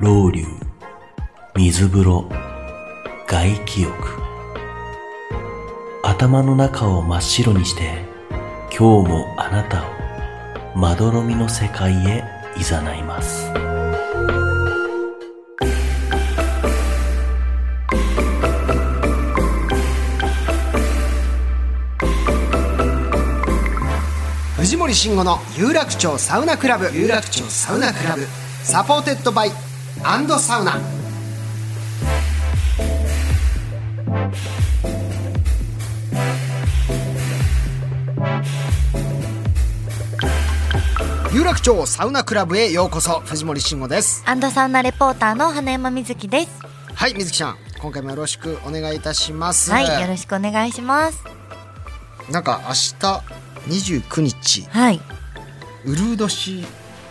老流水風呂外気浴頭の中を真っ白にして今日もあなたをまどろみの世界へ誘います藤森慎吾の有楽町サウナクラブ有楽町サウナクラブサポーテッドバイアンドサウナ有楽町サウナクラブへようこそ藤森慎吾ですアンドサウナレポーターの花山瑞希です。はい水木ちゃん今回もよろしくお願いいたしますはい、よろしくお願いします。なんか明日29日はい、ウルード氏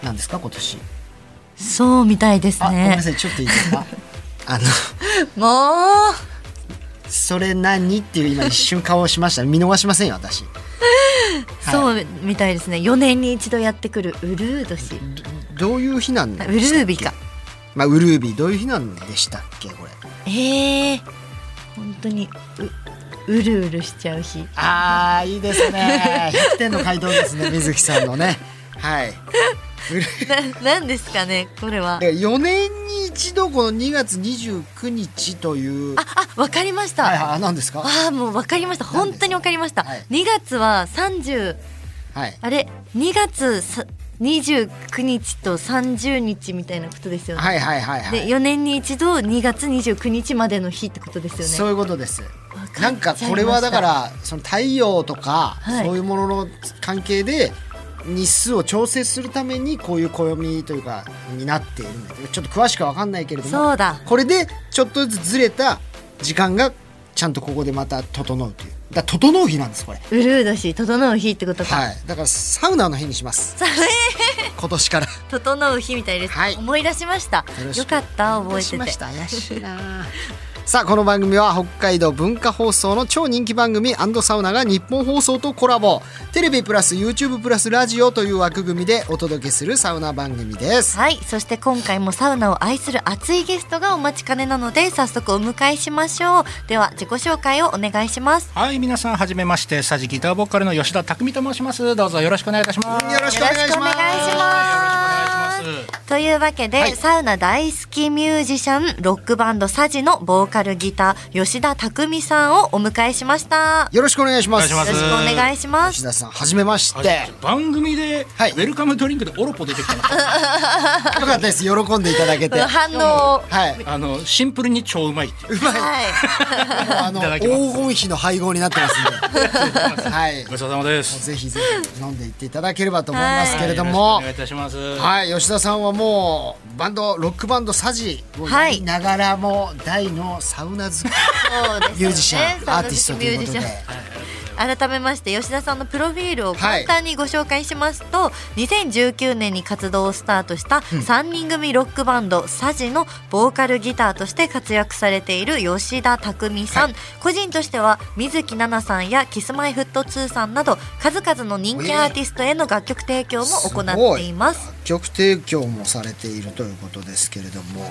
なんですか今年そうみたいですあ、ごめんねな。さいちょっといいです かあのもそれ何っていう今一瞬顔をしました見逃しませんよ私う、そうみたいですね。4年に一度やってくるウルー年。どういう日なんでウルービか。まあウルービーどういう日なんでしたっけこれええー、本当にううるうるしちゃう日。あーいいですね100点の回答です ね水木さんのねはいななんですかね、これは。 4年に一度この2月29日というあ、あ、わかりました。はいはいあ何ですかああ、もうわかりました。本当にわかりました。はい2月は30、はいあれ、2月さ29日と30日みたいなことですよね。はいはいはいはでい4年に一度2月29日までの日ってことですそよういね。うことですかっちゃいましたなんかこれはだからその太陽とか、はいそういうものの関係で日数を調整するためにこういう暦というかになっているんだけどちょっと詳しくは分かんないけれどもそうだこれでちょっとずつずれた時間がちゃんとここでまた整うというだから整う日なんですこれウルードし整う日ってことか。はいだからサウナの日にしますさえ今年からー 整う日みたいです。はい思い出しましたよろし。くよかった覚えて。しましてた怪しいな さあこの番組は北海道文化放送の超人気番組サウナが日本放送とコラボテレビプラス YouTube プラスラジオという枠組みでお届けするサウナ番組ですはい、そして今回もサウナを愛する熱いゲストがお待ちかねなので早速お迎えしましょう。では自己紹介をお願いします。はい、皆さん、はじめまして、サジギターボーカルの吉田匠と申します。どうぞよろしくお願いいたします。よろしくお願いしますます。というわけで、はいサウナ大好きミュージシャンロックバンドサジのボーカルギター吉田匠さんをお迎えしました。よよろしくお願いしますお願いろしくお願いします吉。田さんはじめまして番組で、はいウェルカムドリンクでオロポ出てきたの。よかったです喜んでいただけてはい反応を。 あの、シンプルに超うまいっていう。はい。あのいただ黄きます金比の配合になってますん ではいごちそうさまです。ぜひぜひ飲んでいっていただければと思いますけれども、はいよろしくお願いいたします。はい、吉田さんはもうバンドロックバンドサジをやりながらも大のサウナ好き そうですよねミュージシャン、アーティストということでミュージシャン改めまして吉田さんのプロフィールを簡単にご紹介しますと、2019年に活動をスタートした3人組ロックバンド、サジのボーカルギターとして活躍されている吉田匠さん、個人としては水木奈々さんやキスマイフットツーさんなど数々の人気アーティストへの楽曲提供も行っています。曲提供もされているということですけれども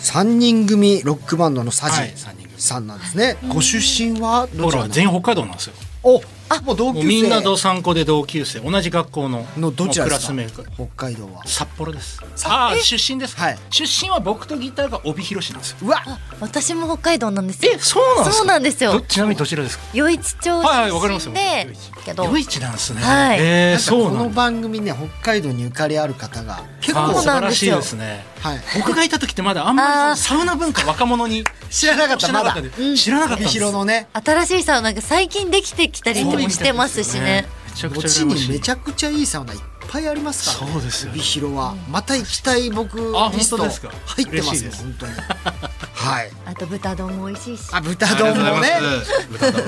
3人組ロックバンドのサジはい三人組さんなんですね、ご出身はどほちらら、全員北海道なんですよ。おもう同級もう生みんなどさんこで同級生、同じ学校の、のどちらでもうクラすスかメイト。北海道は札幌です。ああ、出身ですか。はい出身は僕とギターが帯広市なんですよ。うわ私も北海道なんですよ。え、そうなんですか。そうなんですよどちなみにどちらですか。余市町出身で、はいはい、わかりますよ。けど余市なんですね。はいえー、そうこなんのだ番組ね北海道にゆかりある方が結あ構ーそうなんですよ素晴らしいですね。はい僕がいた時ってまだあんまあーりそのサウナ文化若者に知らなかったまだ知らなかったです知らなかったん帯です広のね新しいサウナが最近できてきたりもしてますしね。めちゃくこっちちゃ羨まにしめいちゃくちゃいいサウナいっぱいありますから、ね、そうですよ帯広はまた行きたい僕あリスト本当ですか入ってま嬉しすいもんです本当にはいあと豚丼も美味しいしあ豚丼もね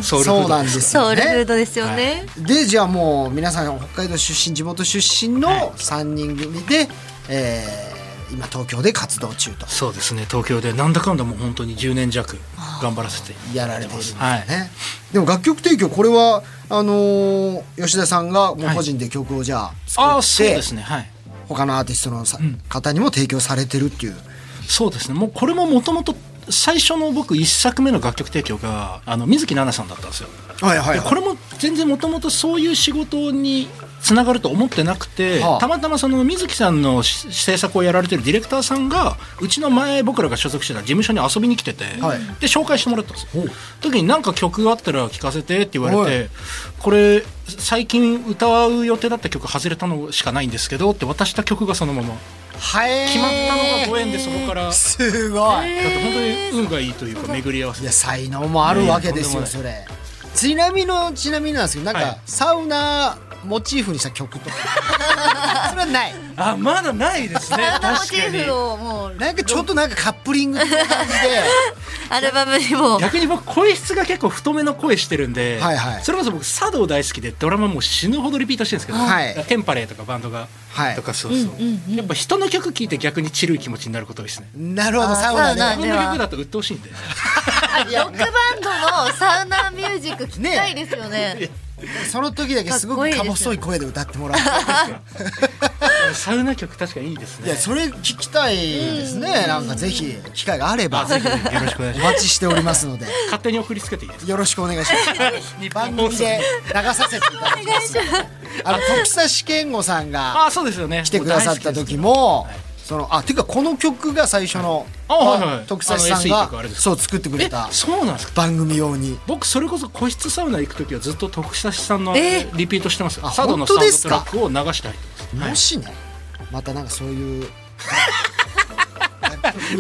そうそうなんでですソよウルフーねドですよね、でじゃあもう皆さん北海道出身地元出身の3人組で、えー今東京で活動中とそうですね東京でなんだかんだもう本当に10年弱頑張らせてやられているんですね、はいでも楽曲提供これはあのー吉田さんがもう個人で曲をじゃあ作って、ああそうですねはい他のアーティストのさ、方にも提供されてるっていうそうですねもうこれももともと最初の僕1作目の楽曲提供があの水木奈々さんだったんですよはいはいでこれも全然もともとそういう仕事につながると思ってなくて、はあたまたまその水木さんのし制作をやられてるディレクターさんがうちの前僕らが所属してた事務所に遊びに来てて、はいで紹介してもらったんですよ時に何か曲があったら聴かせてって言われはてこれ最近歌う予定だった曲外れたのしかないんですけどって渡した曲がそのままはい決まったのがご縁でそこから。すごいだって本当に運がいいというか巡り合わせいでや才能もあるわけですよ、ねそれちなみのちなみになんですけどなんか、はいサウナモチーフにした曲とか それはないあまだない ですね豚モチーフをもうなんかちょっとなんかカップリングって感じでアルバムにも逆に僕声質が結構太めの声してるんで、はいはいそれこそ僕茶道大好きでドラマもう死ぬほどリピートしてるんですけど、はいテンパレーとかバンドが、はいとかそうそう、やっぱ人の曲聴いて逆にチルい気持ちになることが多いですねなるほどあサウナでサウナこでの曲だと鬱陶しいんでいロやックバンドのサウナミュージック聞きたいですよねその時だけすごかっこいくいですかよ細い声で歌ってもらうサウナ曲確かにいいですいねやそれ聞きたいですね、なんかぜひ機会があればあ ぜひよろしくお願いおします待ちしておりますので勝手に送りつけていいですよろしくお願いします。番組で流させていただきます。あの徳差健吾さんかがあそうですよね来てくださった時もも、そのあていうかこの曲が最初の、あはいはい徳差さんあの SE とかあがれですそう作ってく大れ好きですたえそうなんですか番組用に。僕それこそ個室サウナ行く時はずっと徳久さんのえリピートしてますよ、あ佐渡のサ本ウ当でンすドトかラックを流して入ってます、はいもしね、またなんかそういう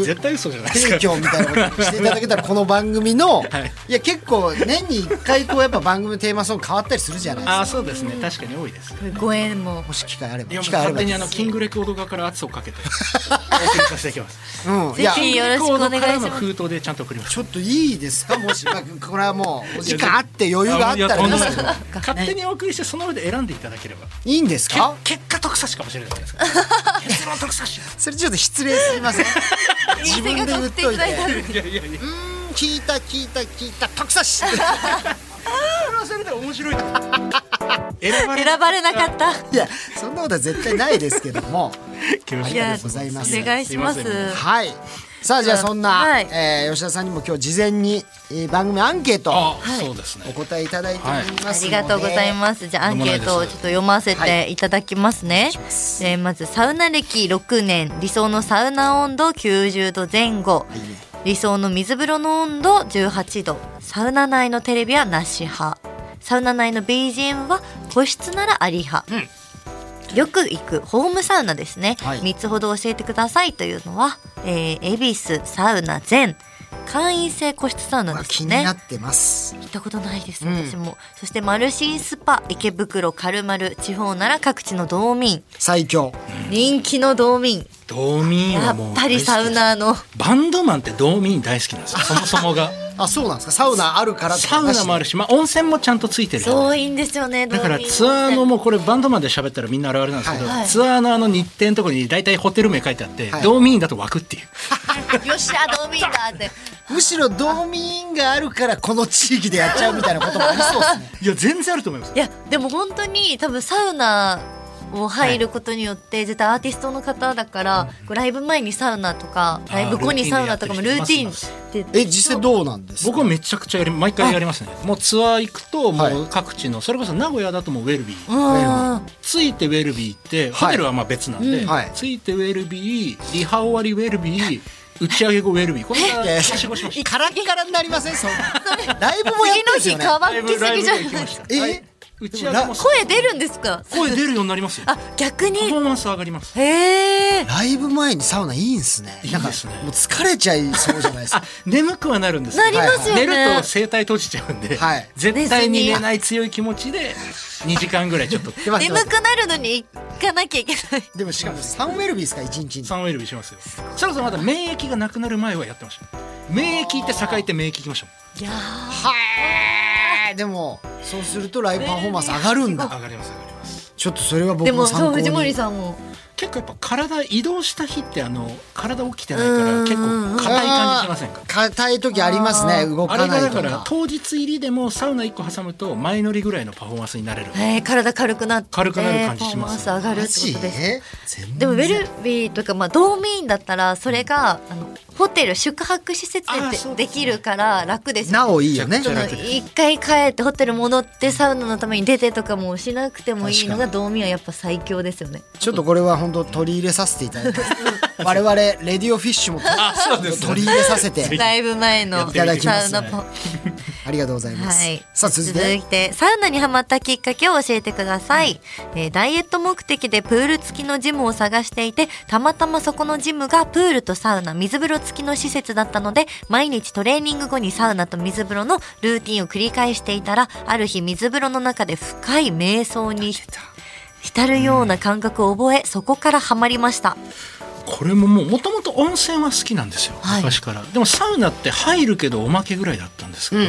絶対嘘じゃないですか提供みたいなことしていただけたらこの番組の、 はいい、や結構年に1回こうやっぱ番組のテーマソング変わったりするじゃないです あかあそうですね確かに多いですご縁ももし機会あればいやもう機会あれ勝ば手にであのすキングレコード側から圧をか けてお送りさせていただきますうんいぜやひよろしくお願いキングレコードからしのます封筒でちゃんと送りますちょっといいですかもし、まあ、これはもうお時間あって余裕があったらいでやすけとんでどもないです勝手にお送りしてその上で選んでいただければいいんですかけ結果得差しかもしれないじゃないですか結論得差しそれちょっと失礼すぎません自分で言っといていやういやいやいやーん聞いた聞いた聞いた特差しそれはそれで面白いと思う選ばれ選ばれなかったいやそんなことは絶対ないですけどもいいややございますお願いしますすいませんはいさあじゃあそんな、はいえー吉田さんにも今日事前に、えー番組アンケートあ、そうですねお答えいただいておりあますのりで、がとうございすます。じゃあアンケートをちょっと読ませていただきますね。えーまずサウナ歴6年、理想のサウナ温度90度前後、理想の水風呂の温度18度、サウナ内のテレビはなし派、サウナ内の BGM は個室ならあり派。よく行くホームサウナですね、はい3つほど教えてくださいというのは、えー、恵比寿サウナ全会員制個室サウナですね気になってます行ったことないです、私もそしてマルシンスパ池袋カルマル地方なら各地の道民最強人気の道民道民やはっもうぱりサウナーのバンドマンって道民大好きなんですよそもそもがあそうなんですかサウナあるからってサウナもあるし、まあ、温泉もちゃんとついてるじゃないそういいんですよねだからツアーのもうこれバンドマンで喋ったらみんなあるあるなんですけど、はいはいツアーのあの日程のところに大体ホテル名書いてあって、はい道民だと湧くっていう道民 よっしゃ道民だってむしろ道民があるからこの地域でやっちゃうみたいなこともありそうです ねいや全然あると思いますいやでも本当に多分サウナを入ることによって、絶対アーティストの方だから、こうライブ前にサウナとかライブ後にサウナとかもルーティあーンってえ実際どうなんですか僕はめちゃくちゃやり毎回やりますねもうツアー行くとはいもう各地の、それこそ名古屋だともうウェルビーうんついてウェルビー行ってはいホテルはまあ別なんで、うんはいついてウェルビーリハ終わりウェルビー打ち上げ後ウェルビーこれがいやいやはしごしましたカラッカラになりませんそんなライブもやっ次てるんのですよね日乾きすぎじゃない行きましたえはい打ち上げも声出るんですか声出るようになりますよあ逆パフォにーマンス上がりますへえライブ前にサウナいいんすねいいなんかですねもう疲れちゃいそうじゃないですか眠くはなるんですなけりどますよね、寝ると声帯閉じちゃうんで、はい 絶対に寝ない強い気持ちで2時間ぐらいちょっと で待って眠待っくなるのにかなきゃいけない。でもしかもサンウェルビーですか一日にサンウェルビーしますよそろそろまだ免疫がなくなる前はやってました免疫って栄えて免疫いきましょいや はいでもそうするとライブパフォーマンス上がるんうだ上がります上がりますちょっとそれはー僕でももそ参う考藤森にさんも結構やっぱ体移動した日ってあの体起きてないから結構硬い感じしませんか硬い時ありますね動あかないれとかがだから当日入りでもサウナ1個挟むと前乗りぐらいのパフォーマンスにな れるえー体軽くなって軽くなる感じしますパフォーマンス上がるマってジことですえ全で部もウェルビーとか、まあ、ドーミーンだったらそれがあのホテル宿泊施設あーでそうでですでねきるから楽ですなおいいよねめちゃくちゃ楽です一回帰ってホテル戻ってサウナのために出てとかもしなくてもいいのが確ドーミーンはやっぱ最強ですよね。ちょっとこれは本当取り入れさせていただいて我々レディオフィッシュもそうで取り入れさ せてだいぶ前のやってみてくだサさウいナポありがとうございます、はい、さあ続いてサウナにハマったきっかけを教えてください、えーダイエット目的でプール付きのジムを探していてたまたまそこのジムがプールとサウナ水風呂付きの施設だったので毎日トレーニング後にサウナと水風呂のルーティンを繰り返していたらある日水風呂の中で深い瞑想に浸るような感覚を覚え、そこからハマりましたこれももうもともと温泉は好きなんですよ、はい昔からでもサウナって入るけどおまけぐらいだったんですけど、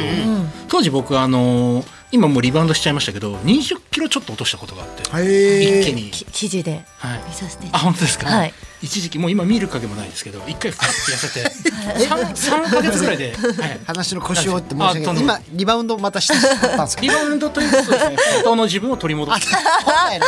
当時僕あのー今もうリバウンドしちゃいましたけど2 0キロちょっと落としたことがあって、へー一気にき記事ではい見させていただあきま本当ですか、はい一時期もう今見る影もないですけど一回ふわって痩せて 3, 三ヶ月ぐらいで、はい話の腰を折って申しあ訳なといの今リバウンドまたしてしまったんですけリどバウンドということですね本当の自分を取り戻すはいいい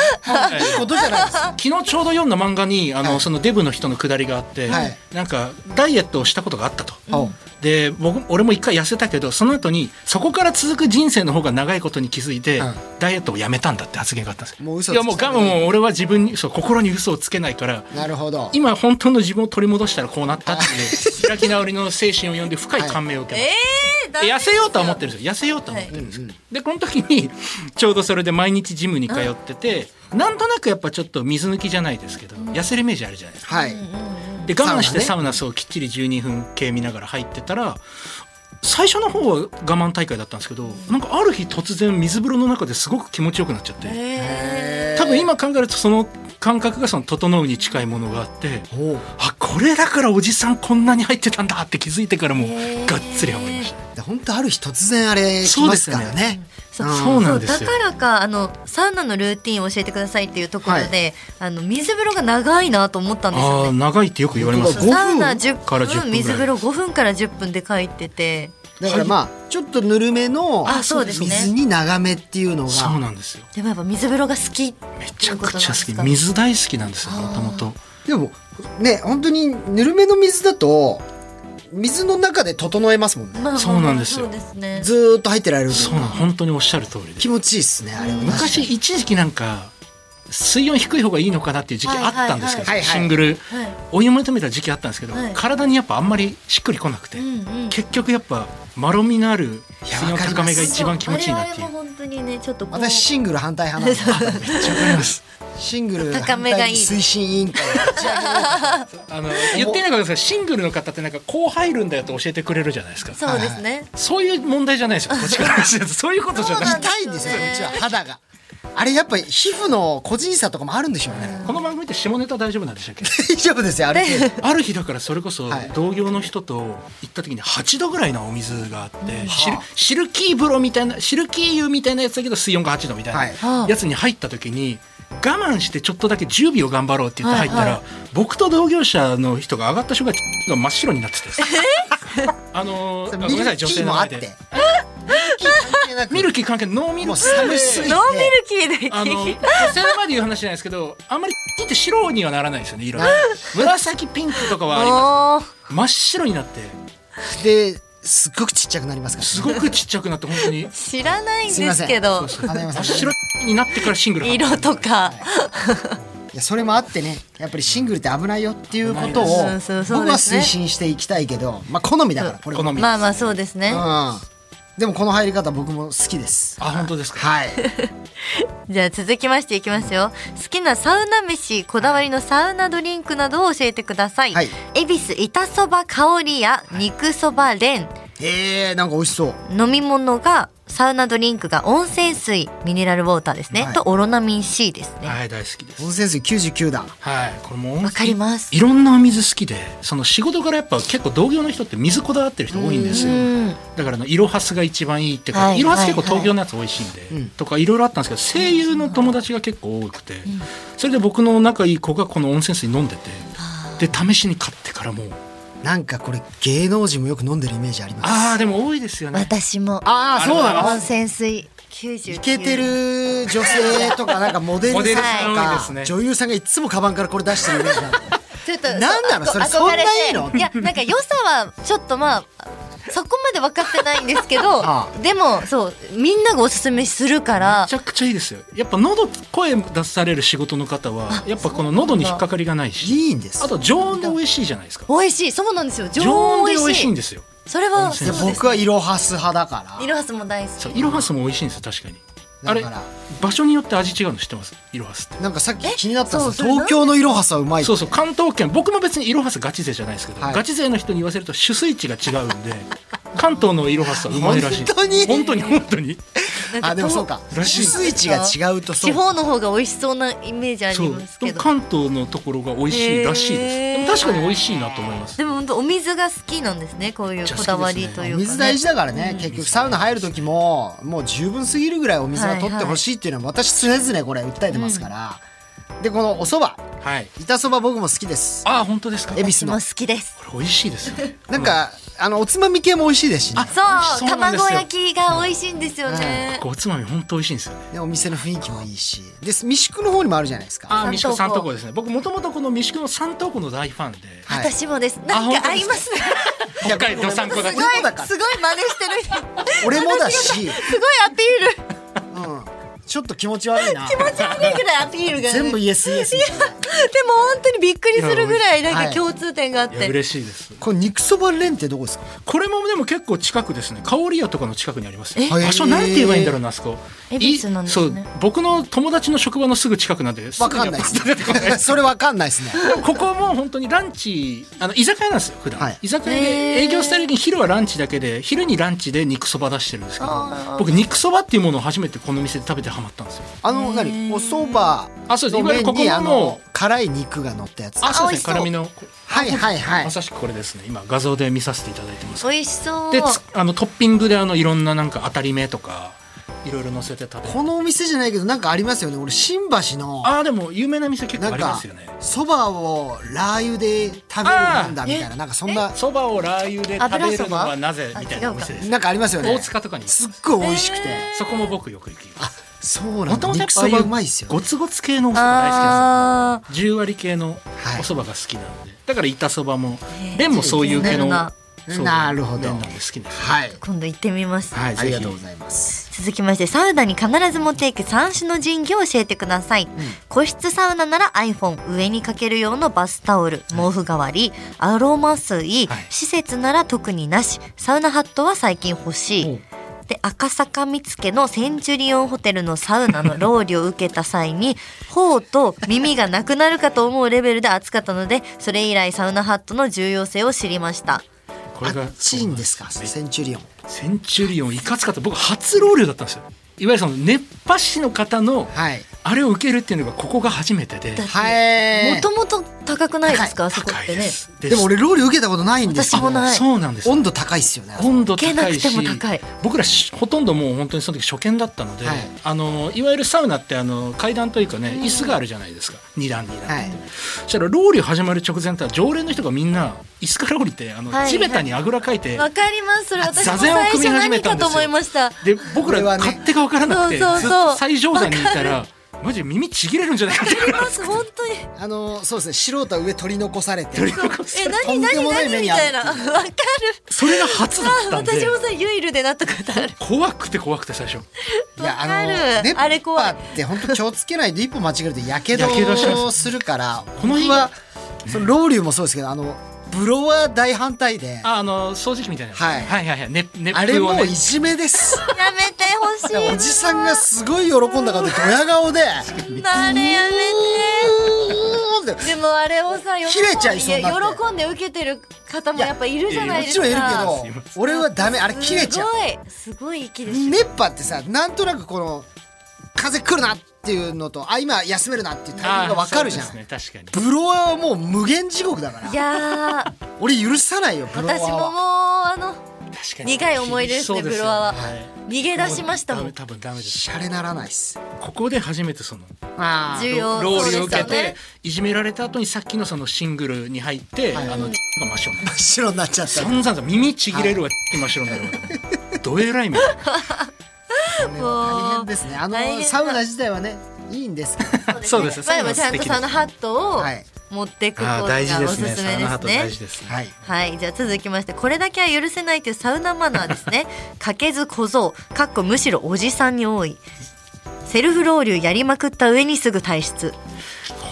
ことじゃないですか昨日ちょうど読んだ漫画にあの、はいそのデブの人のくだりがあって、はいなんかダイエットをしたことがあったと、おうで僕俺も一回痩せたけどその後にそこから続く人生の方が長いことに気づいて、うんダイエットをやめたんだって発言があったんですよもう嘘いやもうつきた我くない慢もう俺は自分にそう心に嘘をつけないからなるほど今本当の自分を取り戻したらこうなったっていう開き直りの精神を読んで深い感銘を受けました、すで痩せようとは思ってるんですよ痩せようとは思ってるんですよ、でこの時に ちょうどそれで毎日ジムに通ってて、なんとなくやっぱちょっと水抜きじゃないですけど、痩せるイメージあるじゃないですかはいで我慢してササウナそうきっちり12分系見ながら入ってたら最初の方は我慢大会だったんですけどなんかある日突然水風呂の中ですごく気持ちよくなっちゃって、多分今考えるとその感覚がその整うに近いものがあっておうあこれだからおじさんこんなに入ってたんだって気づいてからもうがっつりハマりました。で本当ある日突然あれ来ますからそうですねそうんそうなんですだよからかあのサウナのルーティンを教えてくださいっていうところで、あの水風呂が長いなと思ったんですあよあね。長いってよく言われま本す当だサウナ10 5から10分ぐら分い水風呂5分から10分で書いててだからまあちょっとぬるめのあそうですね水に長めっていうのそうがなんですよでもやっぱ水風呂が好きめちゃくちゃ好き水水大好きなんですよもともとでもね本当にぬるめの水だと水の中で整えますもんねそうなんですよそうですねずーっと入ってられるそうなん本当におっしゃる通りで気持ちいいっすねあれは昔一時期なんか水温低い方がいいのかなっていう時期あったんですけど、はいはいはいシングル、はい追い求めた時期あったんですけど、はい体にやっぱあんまりしっくりこなくて、うんうん結局やっぱまろみのある水温高めが一番気持ちいいなっていうあれも本当にねちょっとこう私シングル反対派なんでめっちゃわかりますシングル高めがいい反対推進委員会を立ち上げるあの言っていなかったですけどシングルの方ってなんかこう入るんだよって教えてくれるじゃないですかそうですねそういう問題じゃないです よこっちからしてるとそういうことじゃないそうなんだ痛いんですようちは肌があれやっぱり皮膚の個人差とかもあるんでしょうねこの番組って下ネタ大丈夫なんでしたっ け大丈夫ですよある程度ある日だからそれこそはい同業の人と行った時に8度ぐらいのお水があって、シルシルキー風呂みたいなシルキー湯みたいなやつだけど水温が8度みたいはないやつに入った時に我慢してちょっとだけ10秒頑張ろうって言って入ったら、僕と同業者の人が上がった瞬間が真っ白になってて。あのー、あごめんなさい女性のもあっ前てでミルキー関係なくミルキー関係ノーミルもうキー寒すぎてノーミルキーで あの女性まで言う話じゃないですけどあんまりって白にはならないですよね 色が紫ピンクとかはありまおーす真っ白になってですっごくちっちゃくなりますからすごくちっちゃくなって本 当に知らないんですけど花山真さっん白になってからシングル色とか、いやそれもあってねやっぱりシングルって危ないよっていうことを危僕ないはですそうそうそうですね推進していきたいけどまあ好みだからこれは好みまあまあそうですね、うんでもこの入り方僕も好きですあ本当ですか はいじゃあ続きましていきますよ好きなサウナ飯こだわりのサウナドリンクなどを教えてください、はい恵比寿板そば香りや肉そば蓮えー、なんか美味しそう飲み物がサウナドリンクが温泉水ミネラルウォーターですね、はいとオロナミン C ですね、はい、大好きです温。泉水99だはい、これもわかりますいろんなお水好きで、その仕事からやっぱ結構同業の人って水こだわってる人多いんですよ。うんだからあのイロハスが一番いいっていうか、はいイロハス結構はいはい東京のやつ美味しいんで、とかいろいろあったんですけど、声優の友達が結構多くて、それで僕の仲いい子がこの温泉水飲んでて、で試しに買ってからもう、なんかこれ芸能人もよく飲んでるイメージありますああでも多いですよね。私もあーそうなの温泉水99イケてる女性とかなんかモデルさんとモデルさん多いかですね女優さんがいつもカバンからこれ出してるイメージあるちょっとなんなのあそれ憧てそんないいのいやなんか良さはちょっとまあそこまで分かってないんですけ どあでもそうみんながおすすめするからめちゃくちゃいいですよやっぱ喉声出される仕事の方はやっぱこの喉に引っかかりがないしいいんですあと常温で美味しいじゃないですか美味しいそうなんですよ常温常温で美美味味ししいいんですよそれは温そ泉う水です僕はイロハス派だかイらロハスも大好そうきイロハスも美味しいんですよ確かにだかあれら場所によって味違うの知ってますイロハスってなんかさっきえ気になったんですよそうそれ東京のイロハスはうまいそうそう関東圏僕も別にイロハスガチ勢じゃないですけど、はいガチ勢の人に言わせると主水地が違うんで 関東のイロハスはうまいらしい本当に本当に本当になんかあでもそうからしいスイッチが違うとそう地方の方が美味しそうなイメージあそりうますけど関東のところが美味しいらしいです、へーでも確かに美味しいなと思いますでも本当お水が好きなんですねこういうこだわりというか、ね、水大事だからね、結局サウナ入る時ももう十分すぎるぐらいお水は取ってほしいっていうのは私常々これ訴えてますから、でこのお蕎麦はい板そば僕も好きですああ本当ですか恵比私寿もの好きですこれ美味しいで すよねなんか、あのおつまみ系も美味しいですし、ね、あそうそうなんですよ卵焼きが美味しいんですよね、こうおつまみ本当美味しいんですよねでお店の雰囲気もいいしで三宿の方にもあるじゃないですかああ三宿三三東東湖湖ですね僕もともとこの三宿の三東湖の大ファンではい私もですなんか合いますね北海道三す湖ごいだすけごい俺もだから真似してる人俺もだし、すごいアピールちょっと気持ち悪いな気持ち悪いぐらいアピールがね、全部いイエスイエスみたいなやでも本当にびっくりするぐらいなんはかい共通点があっいやて、嬉しいですこれ肉そばレンってどこですかこれもでも結構近くですね香り屋とかの近くにありますよえ場所なんて言えばいいんだろうなあそこ恵比寿なんですねいそう僕の友達の職場のすぐ近くなんですわかんないですぐにはパッと出てこない ねそれわかんないですねここも本当にランチあの居酒屋なんですよ普段、はい居酒屋へーで営業スタイルに昼はランチだけで昼にランチで肉そば出してるんですけどあー僕肉そばっていうものを初めてこの店で食べてハマったんですよあの何お蕎麦あそうでのすいわゆる麺ここにのあの辛い肉が乗ったやつあそうですね美味しそう辛みのこはいはいはいまさしくこれですね今画像で見させていただいてます美味しそうでつあのトッピングであのいろんななんか当たり目とかいろいろ乗せて食べるこのお店じゃないけどなんかありますよね俺新橋のああでも有名な店結な構んありまかすよねそばをラー油で食べるなんだみたいななんかそんなそばをラー油で食べるのはなぜ油そばみたいなお店ですなんかありますよね大塚とかにすっごい美味しくて、そこも僕よく行きますそうなんもだともとやっ肉ぱあそあいばううまいっすよねごつごつ系のお蕎麦大好きなんあですよ10割系のはいお蕎麦が好きなんでだから板そばも麺もそういう系のねそうなるほど麺なんで好きですはいー今度行ってみます、はいありがとうごいざいます続きましてサウナに必ず持っていく3種の神器を教えてください、個室サウナなら iPhone 上にかける用のバスタオル毛布代わり、アロマ水、はい施設なら特になしサウナハットは最近欲しい、で赤坂見附のセンチュリオンホテルのサウナの ロウリュを受けた際に頬と耳がなくなるかと思うレベルで暑かったのでそれ以来サウナハットの重要性を知りましたこあれがっちいんですかセンチュリオンセンチュリオンいかつかった僕初ロウリュだったんですよいわゆるその熱波師の方のはいあれを受けるっていうのがここが初めてではいもともと高くないですかあそこ高っいてでねすでも俺ロール受けたことないんです私もないそうなんですよ温度高いっすよね温度高いし受けなくても高い僕らしほとんどもう本当にその時初見だったので、はいい、あのいわゆるサウナってあの階段というかね椅子があるじゃないですか2段2段、はいそしたらロウリュ始まる直前って常連の人がみんな椅子から降りてあの、はい地べたにあぐらかいて、わかりますそれ私も座禅を最組初み始何めたかんでとすよ思いましたで僕これらはね勝手が分からなくて、そうそうそうずっと最上段にいたらマジで耳ちぎれるんじゃないかってあります本当にあのそうですね素人は上取り残されてえと何んで何もない何目みに遭うたいなわかるそれが初だっあたんで私もさユイルでなったことある怖くて怖くて最初いやあわかるの熱あれ怖い波って本当気をつけないと一歩間違えるとやけど火傷しますをするからこの僕日はそのロウリュもそうですけどあのブロワー大反対でああの掃除機みたいな、はいはいはいはい熱熱あれ風をもねういじめですやめてほしいおじさんがすごい喜んだ顔でドヤ顔であれやめてうーんってでもあれをさ喜ん切れちゃいそうになって喜んで受けてる方もやっぱいるじゃないもちですろかんいるいけど俺はダメあれ切れちゃうすごいすごい息です熱波ってさなんとなくこの風来るなっていうのとあ今休めるなっていうタイミングが分かるじゃん、そうですね確かにブロワーはもう無限地獄だからいやー俺許さないよブロワー私ももうはあの確かに苦い思い出ですねそうブロワーは、はい逃げ出しました多も分ん多分ダメですシャレならないっすここで初めてそのあ重要ロールをそう受けですよねていじめられた後にさっきのそのシングルに入ってあのが真っ白になる真っ白になっちゃった散々さ耳ちぎれるわ真っ白になるわどえ らいみたいな大変ですねあの大変だサウナ自体はねいいんですけどそうですまあでもちゃんとサウナハットをはい持ってくことあがーお大す事すでめですすねね。サウナハット大事ですねはいはい、じゃあ続きまして、これだけは許せないというサウナマナーです ね。かけず小僧、かっこむしろおじさんに多い。セルフロウリュやりまくった上にすぐ退出。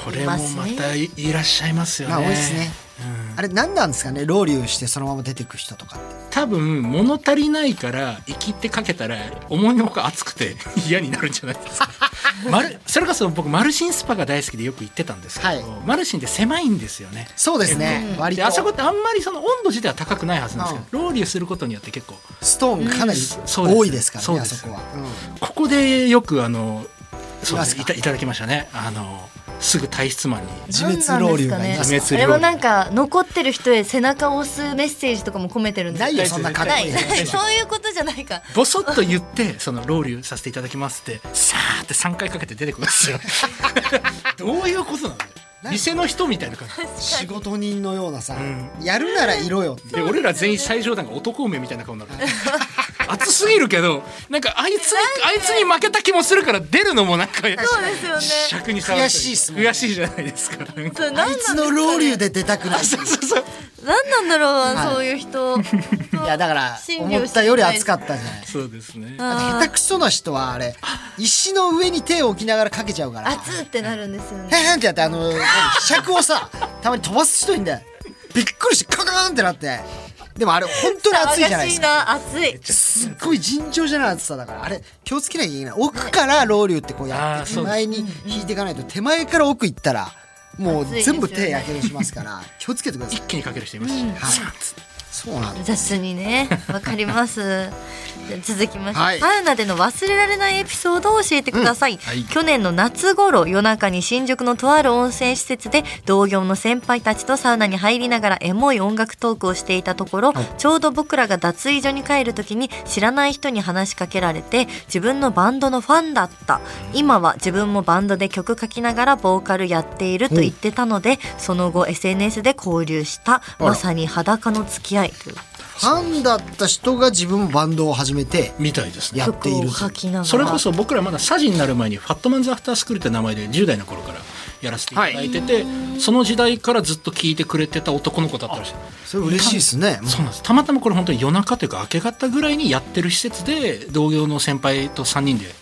これもまたいいらっしゃいますよねまあ多いですねあれ何なんですかねロウリュしてそのまま出てく人とかって多分物足りないから生きってかけたら思いのほか熱 くて嫌になるんじゃないですかマルそれこそ僕マルシンスパが大好きでよく行ってたんですけど、はいマルシンって狭いんですよねそうですね、割でとあそこってあんまりその温度自体は高くないはずなんですけど、ロウリュすることによって結構ストーンかなりそうです多いですからね、そうあですそこは、うんここでよくあのそうでいますいすかたいただきましたねあのすぐ体質マンに自滅ロウリュがいます自滅あれロウはリュなんか残ってる人へ背中を押すメッセージとかも込めてるんですないよそんなかっこないいいい のないですそういうことじゃない か。ボソッと言ってそのロウリュさせていただきますってさーって3回かけて出てくるんで すよどういうことなんだよ店の人みたいな感じ仕事人のようなさ、うやるならいろよってで俺ら全員最上段が男梅みたいな顔になる熱すぎるけどなんかあいつにあいつに負けた気もするから出るのもなんかそうですよね。尺に触る悔しいっすもんね悔しいじゃないですかなんかそうあなんいつのロウリュで出たくないそうそうそうなんなんだろう、そういう 人。いやだから心理思をったより熱かったじゃないそうですね下手くそな人はあれ石の上に手を置きながらかけちゃうから熱ってなるんですよね。へんへんってやってあの尺をさたまに飛ばす人いんだよびっくりしてカカーンってなってでもあれ本当に熱いじゃないですかか。熱い。すっごい尋常じゃない暑さだからあれ気をつけなきゃいけない奥からロウリュってこうやっあーて手そうです前に引いていかないと手前から奥行ったらもう熱いです全よね部手やけどしますから気をつけてください一気にかける人いますし、ねはいそうなんです雑に ね、わかります。じゃあ続きまして、はいサウナでの忘れられないエピソードを教えてください。い去年の夏頃、夜中に新宿のとある温泉施設で同業の先輩たちとサウナに入りながらエモい音楽トークをしていたところ、ちょうど僕らが脱衣所に帰る時に知らない人に話しかけられて、自分のバンドのファンだった。今は自分もバンドで曲書きながらボーカルやっていると言ってたので、その後 SNS で交流した、らまさに裸の付き合いという。ファンだった人が自分もバンドを始めてみたいですねやっている曲を書きながらそれこそ僕らまだサジになる前に「ファットマンズ・アフタースクール」って名前で10代の頃からやらせていただいてて、その時代からずっと聞いてくれてた男の子だったらしいそれ嬉しいですねそうなんですたまたまこれ本当に夜中というか明け方ぐらいにやってる施設で同業の先輩と3人で、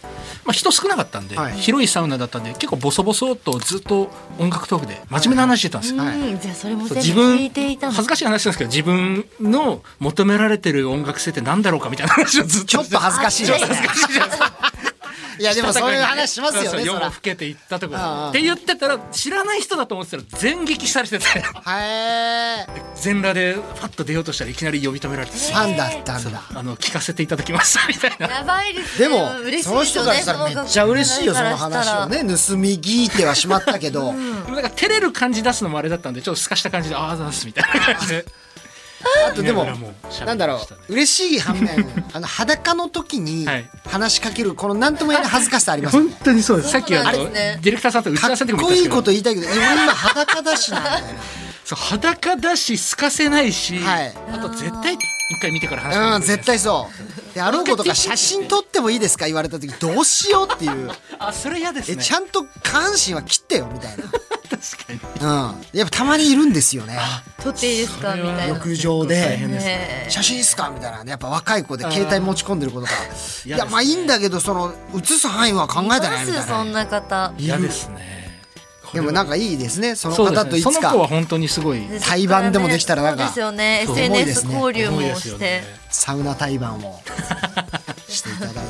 まあ、人少なかったんで、はい広いサウナだったんで結構ボソボソとずっと音楽トークで真面目な話してたんですよ、うん、じゃあそれもそう全自部分聞いていたの恥ずかしい話なんですけど自分の求められてる音楽性って何だろうかみたいな話をずっとちょっと恥ずかしいちょでっとすね恥ずかしいじゃないですかいやでもそういう話しますよそうそねうそ夜らも更けていったとこああって言ってたら知らない人だと思ってたら全撃されててへー 全裸でファッと出ようとしたらいきなり呼び止められてファンだったんだあの聞かせていただきましたみたいなやばいですでねも嬉しいその人からしたらめっちゃ嬉しいよその話をね盗み聞いてはしまったけどでもなんか照れる感じ出すのもあれだったんでちょっとすかした感じでああざっすみたいな感 じであとでもねもう喋りましたねなんだろう嬉しい反面あの裸の時にはい話しかけるこのなんとも言えない恥ずかしさありますよね。当にそうですさっきあのそうなんですねディレクターさんと打ち合かわせの時っもこ言っいたいんですこと言いたいけどけど俺今裸だしなみたいそう裸だしすかせないし、はいあと絶対一回見てから話してくだな。さういん絶対そう。であろうことか写真撮ってもいいですか言われた時どうしようっていう。あそれ嫌ですえねちゃんと下半身は切ってよみたい確かに な。うん。やっぱたまにいるんですよね。撮っていいですかみたいな浴場で大変ですねね写真っすかみたいなねやっぱ若い子で携帯持ち込んでる子とかい嫌やですねまあいいんだけどその写す範囲は考えたねみたいそなんな方嫌ですねでもなんかいいですねそのそうで方すとねいつそのか子は本当にすごい対バンでもできたらなんかそうですよねそう SNS 重交流も重いですしよてねサウナ対バンをしていただいて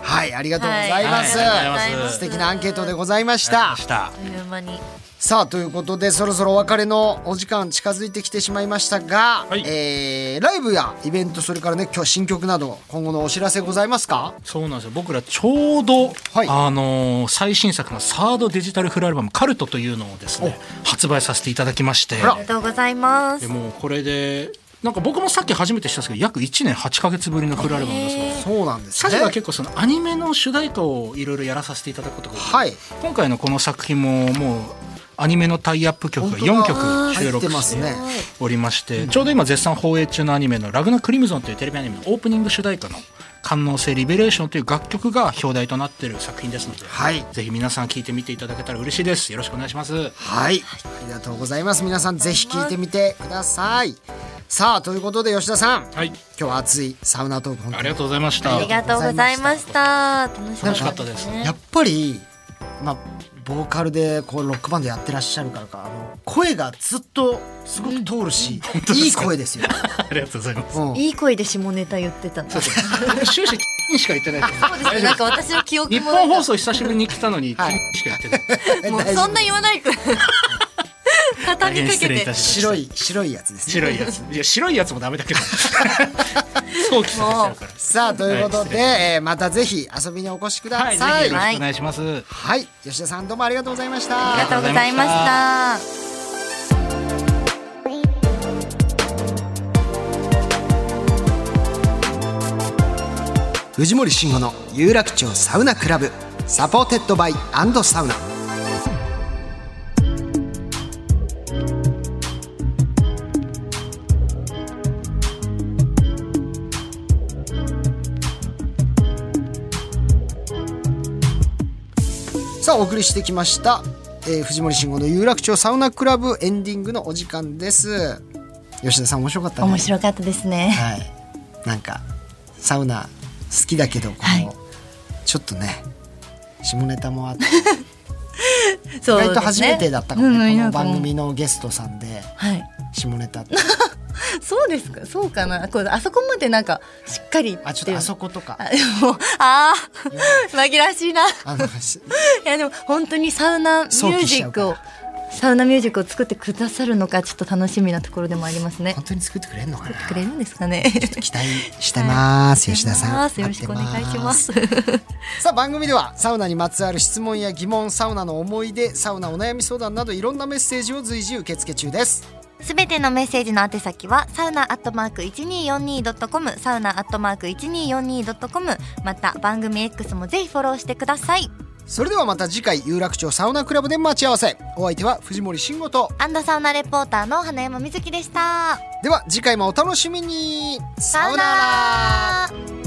ははい、ありがとうございます。はいありがとうございます素敵なアンケートでございました。しあたっという間にさあということでそろそろお別れのお時間近づいてきてしまいましたが、はいえーライブやイベントそれからね今日新曲など今後のお知らせございますかそうなんですよ僕らちょうど、はいあのー最新作のサードデジタルフルアルバム「カルトというのをですね発売させていただきましてあらありがとうございま。ですもうこれでなんか僕もさっき初めて知ったんですけど約1年8か月ぶりのフルアルバムですよそうなんですサジねが結構そのアニメの主題歌をいろいろやらさせていただくことが多くてはい今回のこの作品ももうアニメのタイアップ曲が4曲収入っ録てましすてねおりましてちょうど今絶賛放映中のアニメの「ラグナ・クリムゾン」というテレビアニメのオープニング主題歌の「官能性リベレーション」という楽曲が表題となっている作品ですので、はいぜひ皆さん聴いてみていただけたら嬉しいですよろしくお願いしますはいありがとうございます皆さんぜひ聴いてみてくださいさあということで吉田さん今はい日は熱いサウナトーク本当あにりがとうございましたありがとうございました。楽し楽しかったねですやっぱりまあボーカルでこうロックバンドやってらっしゃるからかあの声がずっとすごく通るし、いい声ですよ、 ありがとうございますうんいい声で下ネタ言ってたの。そう終始にしか言ってないですですね。なんか私の記憶 日も本放送久しぶりに来たのに、はいしかやってない。もうそんな言わない くらい。大畳変みか失け礼いたて。しま白した。い白いやつですね白いやつ。いや、白いやつもダメだ けど。そうきされてるから。さあということで、はえーまたぜひ遊びにお越しくださ、はいい、ぜはひいよろしくお願いします。吉田さんどうもありがとうございましありたがとうございました。藤森慎吾の有楽町サウナクラブサポーテッドバイサウナさあお送りしてきました、えー藤森慎吾の有楽町サウナクラブエンディングのお時間です吉田さん面白かったね面白かったですね。はい、なんかサウナ好きだけどこの、はいちょっとね下ネタもあって、意 そうですね外と初めてだったかもね、うんうんこのなんかもう番組のゲストさんではい。下ネタ ってそうですか。そうかな。こうあそこまでなんかしっかりっていう。あちょっとあそことかあ。でもあー紛らわしいな。いあの しやでも本当にサウナミュージック想を起しちサウナミュージックを作ってくださるのかちょっと楽しみなところでもありますね本。当に作ってくれるのかなくれるんですかね。期待して ます、吉田さんよろしくお願いします。さあ番組ではサウナにまつわる質問や疑問サウナの思い出サウナお悩み相談などいろんなメッセージを随時受け付け中ですすべてのメッセージの宛先はサウナアットマーク 1242.com サウナアットマーク 1242.com また番組 X もぜひフォローしてくださいそれではまた次回有楽町サウナクラブで待ち合わせお相手は藤森慎吾とアンドサウナレポーターの花山瑞希でしたでは次回もお楽しみにサウナー